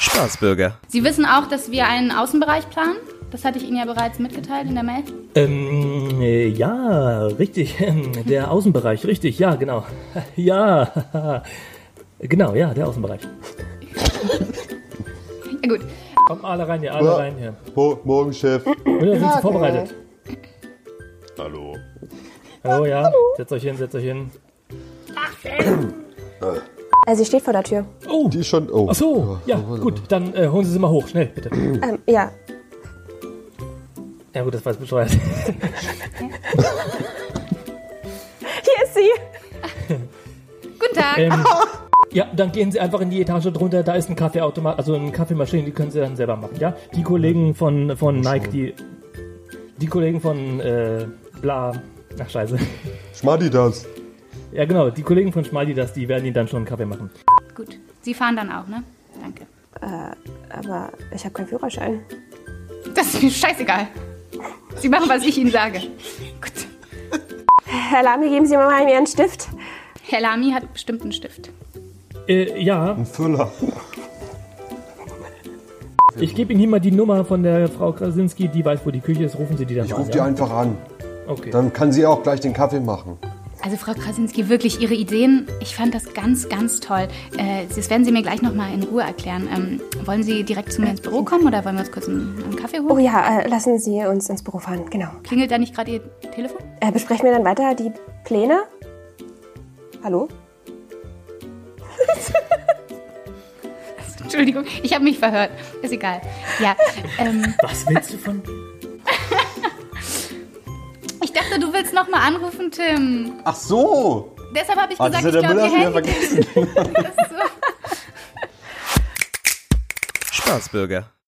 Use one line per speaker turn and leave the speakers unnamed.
Staatsbürger.
Sie wissen auch, dass wir einen Außenbereich planen. Das hatte ich Ihnen ja bereits mitgeteilt in der Mail.
Ähm, äh, ja, richtig. ähm, Der Außenbereich, richtig, ja, genau. Ja, genau, ja, der Außenbereich.
Ja gut.
Kommt alle rein hier, alle
Ja.
rein hier.
Mo Morgen, Chef.
Und dann sind sie vorbereitet.
Hallo.
Hallo, ja, setzt euch hin, setzt euch hin.
Äh, sie steht vor der Tür.
Oh,
Die ist schon. Oh.
ach so, ja, gut, dann äh, holen Sie sie mal hoch, schnell, bitte.
Ähm, ja.
Ja gut, das war jetzt bescheuert.
Hier ist sie.
Guten Tag.
Ähm, ja, dann gehen Sie einfach in die Etage drunter, da ist ein Kaffeeautomat, also eine Kaffeemaschine, die können Sie dann selber machen, ja? Die Kollegen von, von Nike, die, die Kollegen von, äh, bla, ach scheiße.
Schmadi das.
Ja genau, die Kollegen von Schmaldi, das, die werden Ihnen dann schon einen Kaffee machen.
Gut. Sie fahren dann auch, ne? Danke.
Aber ich habe keinen Führerschein.
Das ist mir scheißegal. Sie machen, was ich Ihnen sage. Gut.
Herr Lamy, geben Sie mir mal Ihren Stift.
Herr Lamy hat bestimmt einen Stift.
Äh, ja,
Ein Füller.
ich gebe Ihnen hier mal die Nummer von der Frau Krasinski, die weiß, wo die Küche ist, rufen Sie die dann
Ich
mal
rufe
an,
die
ja?
einfach an.
Okay.
Dann kann sie auch gleich den Kaffee machen.
Also Frau Krasinski, wirklich Ihre Ideen, ich fand das ganz, ganz toll. Äh, das werden Sie mir gleich nochmal in Ruhe erklären. Ähm, wollen Sie direkt zu mir ins Büro kommen oder wollen wir uns kurz einen, einen Kaffee holen?
Oh ja, äh, lassen Sie uns ins Büro fahren, genau.
Klingelt da nicht gerade Ihr Telefon?
Äh, besprechen wir dann weiter die Pläne? Hallo?
Entschuldigung, ich habe mich verhört. Ist egal. Ja, ähm,
Was willst du von
ich dachte, du willst nochmal anrufen, Tim.
Ach so. Ah,
Deshalb habe ich
Hat
gesagt,
sie
ich
der
glaube,
Müller
ihr
schon
Handy
wieder vergessen?
ist so.
Staatsbürger.